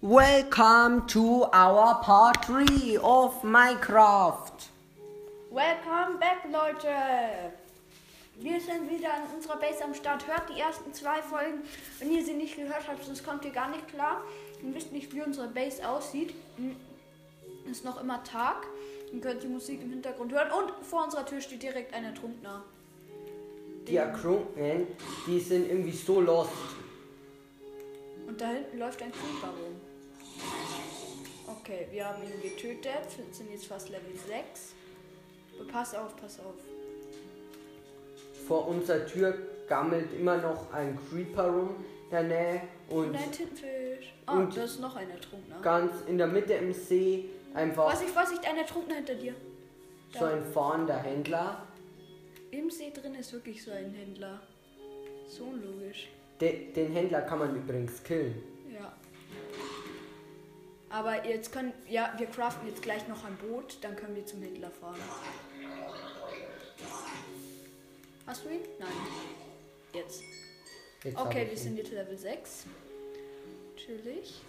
Welcome to our part 3 of Minecraft. Welcome back, Leute! Wir sind wieder in unserer Base am Start. Hört die ersten zwei Folgen, wenn ihr sie nicht gehört habt, sonst kommt ihr gar nicht klar. Ihr wisst nicht, wie unsere Base aussieht. Hm. Ist noch immer Tag. Ihr könnt die Musik im Hintergrund hören. Und vor unserer Tür steht direkt ein Ertrunkener. Die Erkrunkenen, die sind irgendwie so lost. Und da hinten läuft ein Creeper rum. Okay, wir haben ihn getötet. Wir sind jetzt fast Level 6. Aber Pass auf, pass auf. Vor unserer Tür gammelt immer noch ein Creeper rum in der Nähe und Und ein Tintenfisch. Ah, und- da ist noch ein Ertrunkener. ganz in der Mitte im See einfach Vorsicht, Vorsicht, ein Ertrunkener hinter dir. so ein fahrender Händler. Im See drin ist wirklich so ein Händler. So unlogisch. De den Händler kann man übrigens killen. Ja. Aber jetzt können. Ja, wir craften jetzt gleich noch ein Boot, dann können wir zum Händler fahren. Hast du ihn? Nein. Jetzt. Jetzt hab Okay, ich wir ihn. sind jetzt Level 6. Natürlich.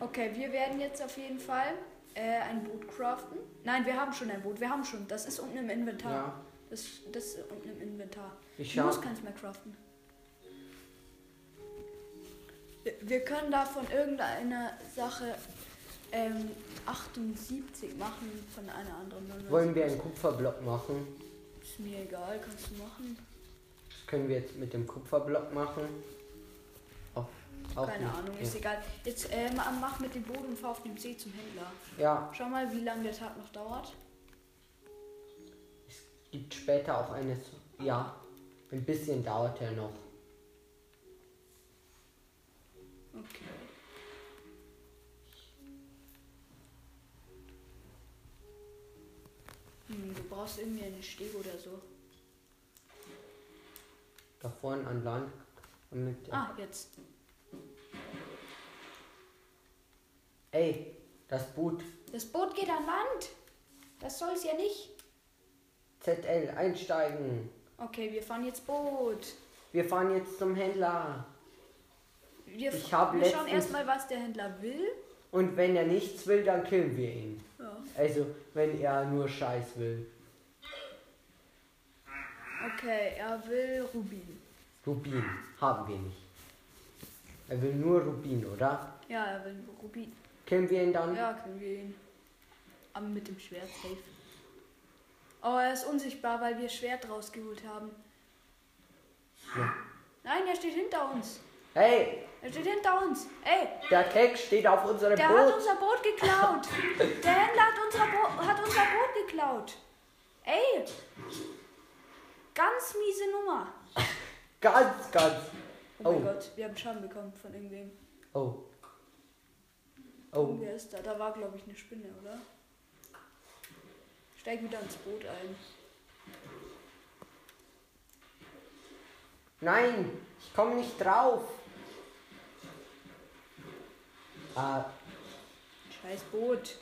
Okay, wir werden jetzt auf jeden Fall äh, ein Boot craften. Nein, wir haben schon ein Boot. Wir haben schon. Das ist unten im Inventar. Ja. Das, das ist unten im Inventar. Ich Ich schau- muss keins mehr craften. Wir, wir können da von irgendeiner Sache ähm, 78 machen, von einer anderen. 79. Wollen wir einen Kupferblock machen? Ist mir egal, kannst du machen. Das können wir jetzt mit dem Kupferblock machen. Auch, auch Keine nicht. Ahnung, Ja. ist egal. Jetzt äh, ma- mach mit dem Boden und fahr auf dem See zum Händler. Ja, Schau mal, wie lange der Tag noch dauert. gibt später auch eines. Ja, ein bisschen dauert er noch. Okay. Hm, du brauchst irgendwie einen Steg oder so. Da vorne an Land. Und mit, Ah, jetzt. Ey, das Boot Das Boot geht an Land. Das soll es ja nicht. ZL einsteigen. Okay, wir fahren jetzt Boot. Wir fahren jetzt zum Händler. Wir, Ich hab wir schauen letztens- erstmal, was der Händler will. Und wenn er nichts will, dann killen wir ihn. Ja. Also, wenn er nur Scheiß will. Okay, er will Rubin. Rubin haben wir nicht. Er will nur Rubin, oder? Ja, er will Rubin. Killen wir ihn dann? Ja, können wir ihn. Aber mit dem Schwert safe. Oh, er ist unsichtbar, weil wir Schwert rausgeholt haben. Ja. Nein, er steht hinter uns. Hey, Er steht hinter uns. Ey, der Keck steht auf unserem der hat Boot. unser Boot geklaut. Der Händler hat unser, Bo hat unser Boot geklaut. Ey, ganz miese Nummer. Ganz, ganz. Oh Oh, mein Gott, wir haben Schaden bekommen von irgendwem. oh. Oh, Wer ist da? Da war, glaube ich, eine Spinne, oder? Steig wieder ins Boot ein. nein, ich komme nicht drauf. Ah, Scheiß Boot.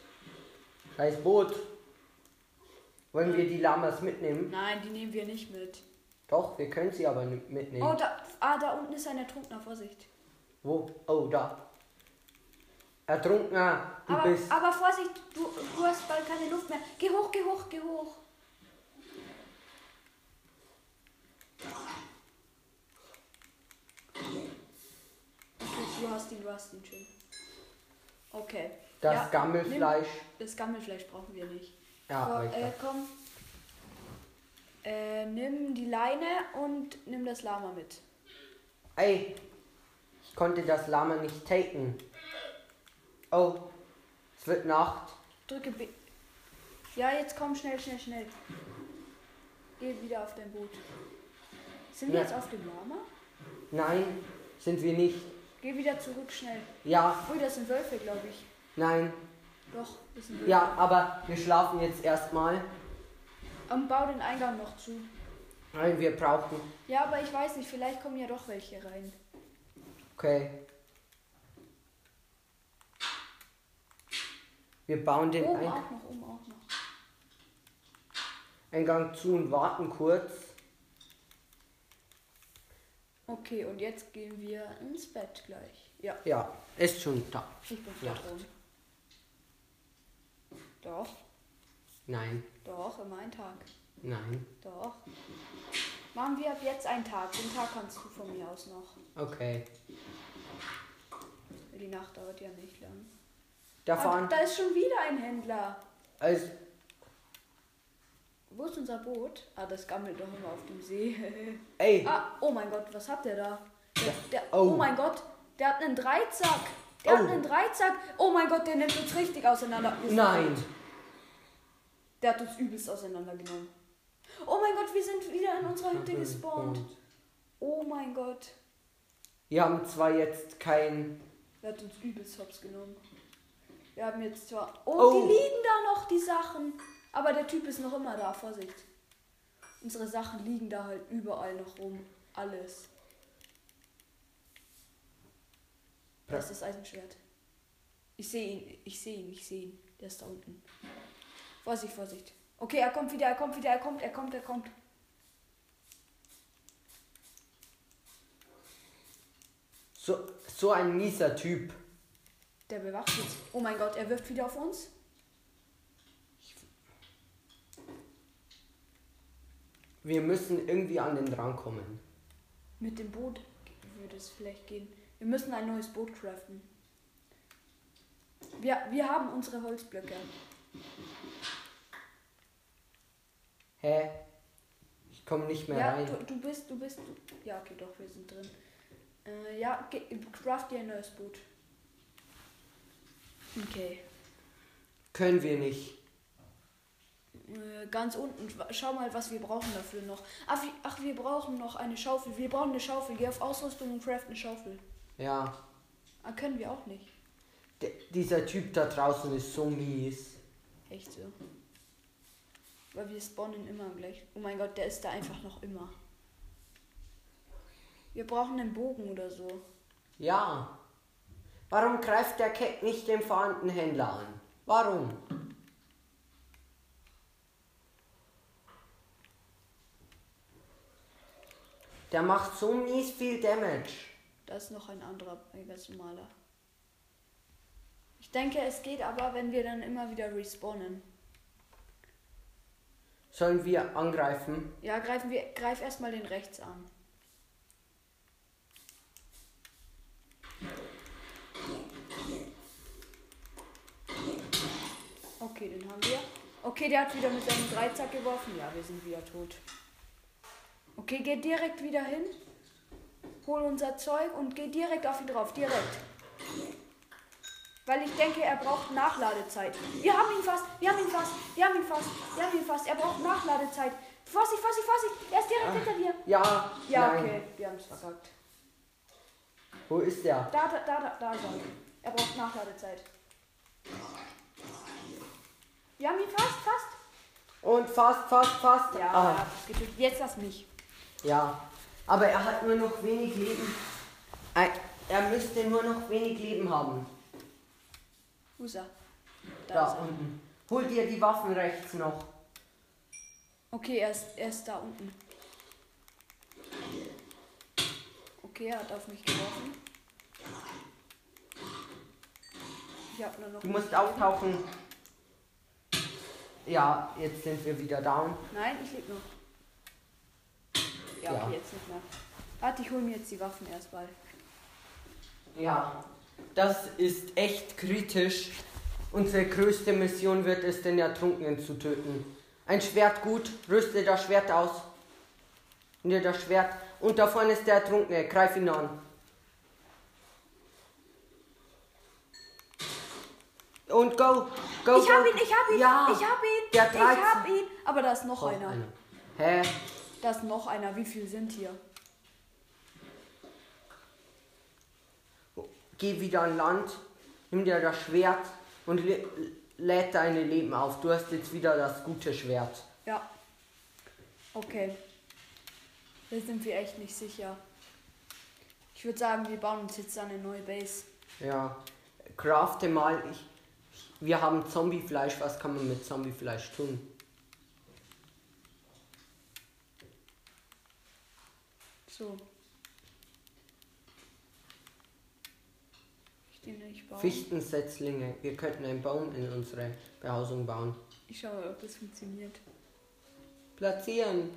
scheiß Boot. Wollen wir die Lamas mitnehmen? Nein, die nehmen wir nicht mit. Doch, wir können sie aber ni- mitnehmen. Oh, da, ah, da unten ist ein Ertrunkener, Vorsicht. Wo? Oh, da. Ertrunkener, du Aber, bist. aber Vorsicht, du, du hast bald keine Luft mehr. Geh hoch, geh hoch, geh hoch. Okay, du hast ihn, du hast ihn, schön. Okay. Das Ja, Gammelfleisch. nimm- Das Gammelfleisch brauchen wir nicht. Ja, Komm, aber ich äh, dachte- komm. Äh, nimm die Leine und nimm das Lama mit. Ey, ich konnte das Lama nicht taken. Oh, es wird Nacht. Drücke B. Ja, jetzt komm schnell, schnell, schnell. Geh wieder auf dein Boot. Sind wir Ja. jetzt auf dem Lama? Nein, sind wir nicht. Geh wieder zurück, schnell. Ja, Ui, das sind Wölfe, glaube ich. nein. Doch, das sind Wölfe. Ja, aber wir schlafen jetzt erstmal. Und bau den Eingang noch zu. Nein, wir brauchen. Ja, aber ich weiß nicht, vielleicht kommen ja doch welche rein. Okay. Wir bauen den Oben Ein auch noch, oben auch noch. Eingang zu und warten kurz. Okay, und jetzt gehen wir ins Bett gleich. Ja, Ja, ist schon da. ich bin Ja. ja. drum. Doch, Nein, doch, immer ein Tag. nein. Doch. Machen wir ab jetzt einen Tag. Den Tag kannst du von mir aus noch. Okay. Die Nacht dauert ja nicht lang. Da Ah, fahren. da ist schon wieder ein Händler. Also, Wo ist unser Boot? Ah, das gammelt doch immer auf dem See. ey, ah, oh mein Gott, was hat der da? Der, der, Oh. oh. mein Gott, der hat einen Dreizack. Der Oh. hat einen Dreizack. Oh mein Gott, der nimmt uns richtig auseinander. nein. Der hat uns übelst auseinandergenommen. Oh mein Gott, wir sind wieder in unserer Hütte gespawnt. Oh mein Gott, Wir haben zwar jetzt kein. der hat uns übelst hops genommen. Wir haben jetzt zwar. Oh, Oh. die liegen da noch, die Sachen. Aber der Typ ist noch immer da, Vorsicht. Unsere Sachen liegen da halt überall noch rum. Alles. Das ist das Eisenschwert. Ich sehe ihn, ich sehe ihn, ich sehe ihn. Der ist da unten. Vorsicht, Vorsicht. Okay, er kommt wieder, er kommt wieder, er kommt, er kommt, er kommt. So, so ein mieser Typ. Der bewacht uns. Oh mein Gott, er wirft wieder auf uns. Wir müssen irgendwie an den rankommen. Mit dem Boot würde es vielleicht gehen. Wir müssen ein neues Boot craften. Wir, wir haben unsere Holzblöcke. Hä? Ich komme nicht mehr Ja, rein. du, du bist, du bist. Du, ja, okay, doch, wir sind drin. Äh, ja, ge, craft dir ein neues Boot. Okay. Können wir nicht. Äh, ganz unten. Wa- Schau mal, was wir brauchen dafür noch. Ach, wir- ach, wir brauchen noch eine Schaufel. Wir brauchen eine Schaufel. Geh auf Ausrüstung und craft eine Schaufel. Ja. Ah, können wir auch nicht. D dieser Typ da draußen ist so mies. Echt so. Weil wir spawnen immer gleich. Oh mein Gott, der ist da einfach noch immer. Wir brauchen einen Bogen oder so. Ja. Warum greift der Keck nicht den fahrenden Händler an? Warum? Der macht so mies viel Damage. Da ist noch ein anderer, ein ganz normaler. Ich denke, es geht aber, wenn wir dann immer wieder respawnen. Sollen wir angreifen? Ja, greifen wir, greif erstmal den rechts an. Okay, den haben wir. Okay, der hat wieder mit seinem Dreizack geworfen. Ja, wir sind wieder tot. Okay, geh direkt wieder hin. Hol unser Zeug und geh direkt auf ihn drauf. Direkt. Weil ich denke, er braucht Nachladezeit. Wir haben ihn fast, wir haben ihn fast, wir haben ihn fast, wir haben ihn fast. Er braucht Nachladezeit. Vorsicht, Vorsicht, Vorsicht. Er ist direkt hinter dir. Ja. Ja, nein. okay, wir haben es verkackt. Wo ist der? Da, da, da, da, da ist er. Er braucht Nachladezeit. Wir haben ihn fast, fast. Und fast, fast, fast. Ja, Ah, getötet. Jetzt lass mich. ja. Aber er hat nur noch wenig Leben. Ei, Er müsste nur noch wenig Leben haben. Wo ist er? Da, Da ist er. unten. Hol dir die Waffen rechts noch. Okay, er ist, er ist da unten. Okay, er hat auf mich geworfen. Ich hab nur noch. Du musst auftauchen. Ja, jetzt sind wir wieder down. Nein, ich lebe noch. Ja, Ja. okay, jetzt nicht mehr. Warte, ich hol mir jetzt die Waffen erstmal. Ja. Das ist echt kritisch. Unsere größte Mission wird es, den Ertrunkenen zu töten. Ein Schwert gut, rüste das Schwert aus. Nimm dir das Schwert. Und da vorne ist der Ertrunkene, greif ihn an. Und go, go, Ich go. hab ihn, ich hab ihn, Oh ja. ich hab ihn, der ich hab 13. ihn. Aber da ist noch Oh, einer. einer. Hä? Da ist noch einer. Wie viel sind hier? Geh wieder an Land, nimm dir das Schwert und lä- lädt deine Leben auf. Du hast jetzt wieder das gute Schwert. Ja. Okay. Da sind wir echt nicht sicher. Ich würde sagen, wir bauen uns jetzt eine neue Base. Ja. Crafte mal. Ich, wir haben Zombiefleisch. Was kann man mit Zombiefleisch tun? So. Fichten, ich baue. Fichtensetzlinge. Wir könnten einen Baum in unsere Behausung bauen. Ich schaue, ob das funktioniert. Platzieren.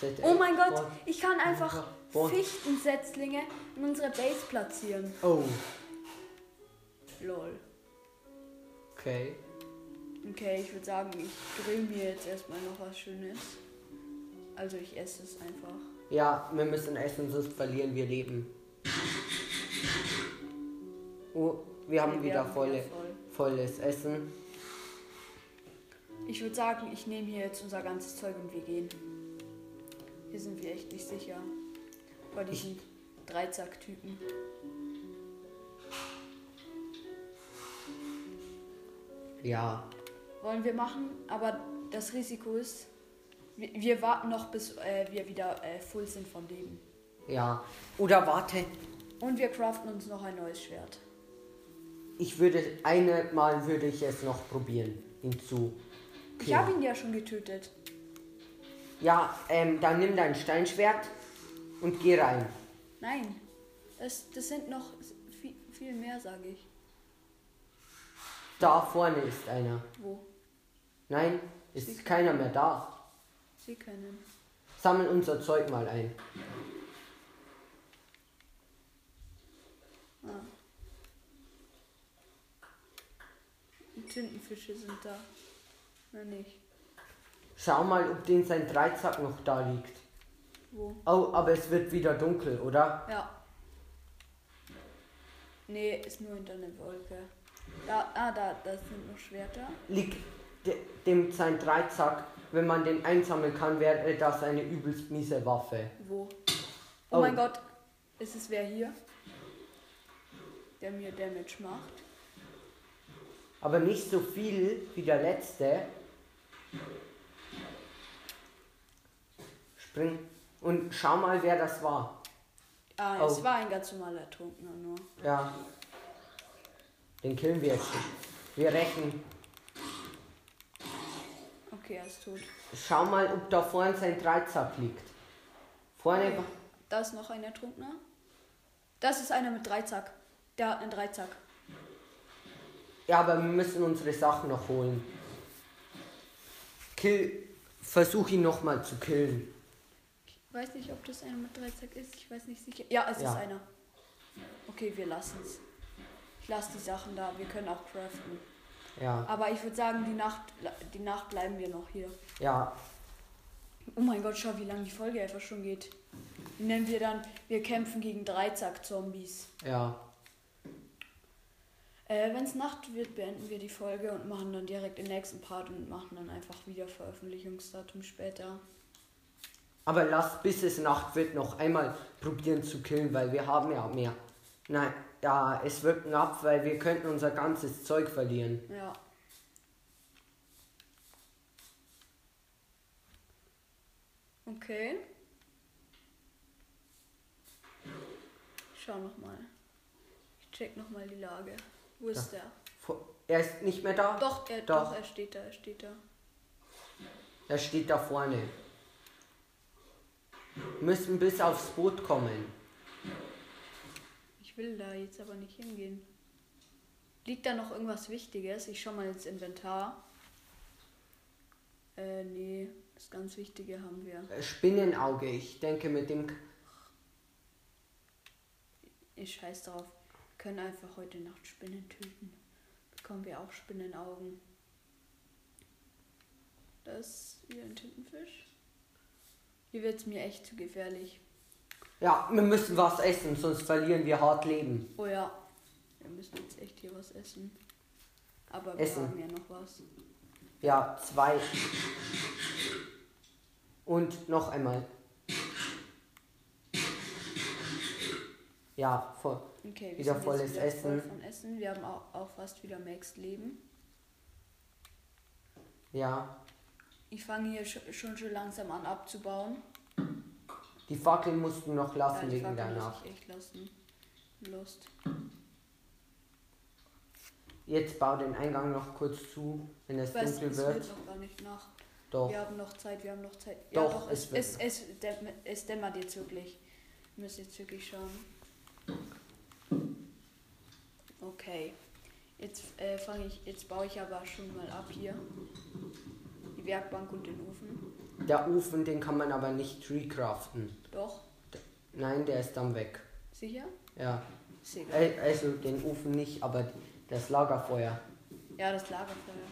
ZF. Mhm. Oh mein Gott, Boah. ich kann einfach Boah. Fichtensetzlinge in unsere Base platzieren. Oh, Lol. okay. Okay, ich würde sagen, ich grill mir jetzt erstmal noch was Schönes. Also ich esse es einfach. Ja, wir müssen essen, sonst verlieren wir Leben. Oh, wir haben Wir wieder werden volle, voll. volles Essen. Ich würde sagen, ich nehme hier jetzt unser ganzes Zeug und wir gehen. Hier sind wir echt nicht sicher. Vor diesen Dreizack-Typen. Ja, Wollen wir machen, aber das Risiko ist, wir, wir warten noch, bis äh, wir wieder äh, full sind von Leben. ja. Oder warte, Und wir craften uns noch ein neues Schwert. ich würde, einmal würde ich es noch probieren, ihn zu Ich habe ihn ja schon getötet. Ja, ähm, dann nimm dein Steinschwert und geh rein. Nein, das, das sind noch viel, viel mehr, sage ich. Da vorne ist einer. Wo? Nein, ist keiner mehr da. Sie können. Sammel unser Zeug mal ein. Ah. Die Tintenfische sind da. Na nicht. Schau mal, ob den sein Dreizack noch da liegt. Wo? Oh, aber es wird wieder dunkel, oder? Ja. Nee, ist nur hinter einer Wolke. Da, ah, da, da sind noch Schwerter. Liegt de dem sein Dreizack, wenn man den einsammeln kann, wäre das eine übelst miese Waffe. Wo? Oh, Oh. mein Gott, ist es wer hier, der mir Damage macht? Aber nicht so viel wie der letzte. Spring. Und schau mal, wer das war. Ah, Oh. es war ein ganz normaler Ertrunkener nur. Ja. Den killen wir jetzt. Wir rächen. Okay, er ist tot. Schau mal, ob da vorne sein Dreizack liegt. Vorne. Okay. Da ist noch ein Ertrunkener. Das ist einer mit Dreizack. Der hat einen Dreizack. Ja, aber wir müssen unsere Sachen noch holen. Kill. Versuch ihn nochmal zu killen. Ich weiß nicht, ob das einer mit Dreizack ist. Ich weiß nicht sicher. Ja, es Ja. ist einer. Okay, wir lassen es. Ich lasse die Sachen da. Wir können auch craften. Ja. Aber ich würde sagen, die Nacht, die Nacht bleiben wir noch hier. Ja. Oh mein Gott, schau, wie lange die Folge einfach schon geht. Nennen wir dann, wir kämpfen gegen Dreizack-Zombies. Ja. Äh, Wenn es Nacht wird, beenden wir die Folge und machen dann direkt den nächsten Part und machen dann einfach wieder Veröffentlichungsdatum später. Aber lass bis es Nacht wird noch einmal probieren zu killen, weil wir haben ja mehr. Nein, ja, es wird knapp, weil wir könnten unser ganzes Zeug verlieren. Ja. Okay. Ich schau nochmal. Ich check nochmal die Lage. Wo ist der? Vor- Er ist nicht mehr da. Doch, er, Doch. doch. er steht da, er steht da. Er steht da vorne. Müssen bis aufs Boot kommen. Ich will da jetzt aber nicht hingehen. Liegt da noch irgendwas Wichtiges? Ich schau mal ins Inventar. Äh, nee, das ganz Wichtige haben wir. Äh, Spinnenauge, ich denke mit dem. K- Ich scheiß drauf. Wir können einfach heute Nacht Spinnen töten. Bekommen wir auch Spinnenaugen. Das ist wieder ein Tintenfisch. Hier wird es mir echt zu gefährlich. Ja, wir müssen was essen, sonst verlieren wir hart Leben. Oh ja, wir müssen jetzt echt hier was essen. Aber Essen. wir haben ja noch was. Ja, zwei. Und noch einmal. Ja, voll. Okay, wir Wieder sind jetzt volles wieder Essen. Voll von Essen. Wir haben auch, auch fast wieder Max Leben. Ja. Ich fange hier sch schon schon langsam an abzubauen. Die Fackeln musst du noch lassen Ja, die wegen Fackel der muss Nacht. ich echt lassen. Lust. Jetzt bau den Eingang noch kurz zu, wenn es Ich weiß, dunkel es wird wird. noch gar nicht Nacht. Doch. Wir haben noch Zeit, wir haben noch Zeit. Doch, ja, doch es, es wird es, es, dämm- es dämmert jetzt wirklich. Wir müssen jetzt wirklich schauen. Okay. Jetzt äh, fange ich, jetzt baue ich aber schon mal ab hier. Die Werkbank und den Ofen. Der Ofen, den kann man aber nicht recraften. Doch, Nein, der ist dann weg. sicher? Ja. Ist egal. Äh, Also den Ofen nicht, aber das Lagerfeuer. Ja, das Lagerfeuer.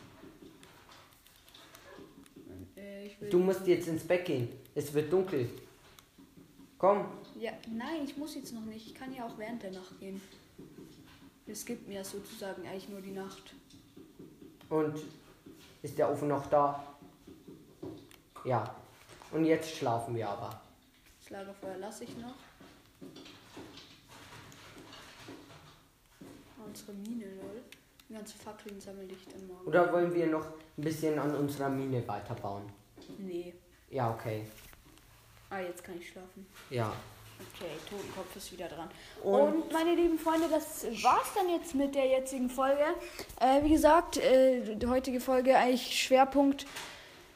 Äh, ich will. Du musst jetzt ins Bett gehen. Es wird dunkel. Komm, Ja, nein, ich muss jetzt noch nicht. Ich kann ja auch während der Nacht gehen. Es gibt mir sozusagen eigentlich nur die Nacht. Und ist der Ofen noch da? Ja. Und jetzt schlafen wir aber. Das Lagerfeuer lasse ich noch. Ah, Unsere Mine, lol. Die ganzen Fackeln sammel ich dann morgen. Oder wollen wir noch ein bisschen an unserer Mine weiterbauen? Nee. Ja, okay. Ah, jetzt kann ich schlafen. Ja. Okay, Totenkopf ist wieder dran. Und- Und, meine lieben Freunde, das war's dann jetzt mit der jetzigen Folge. Äh, wie gesagt, äh, die heutige Folge eigentlich Schwerpunkt.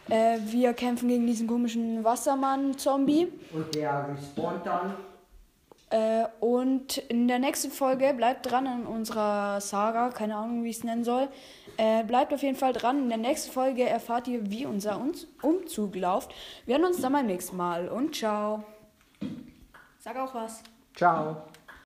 Äh, wir kämpfen gegen diesen komischen Wassermann-Zombie. Und der respawnt dann. Äh, und in der nächsten Folge bleibt dran an unserer Saga, keine Ahnung, wie ich es nennen soll. Äh, bleibt auf jeden Fall dran. In der nächsten Folge erfahrt ihr, wie unser Uns- Umzug läuft. Wir hören uns dann beim nächsten Mal und ciao. Sag auch was. Ciao.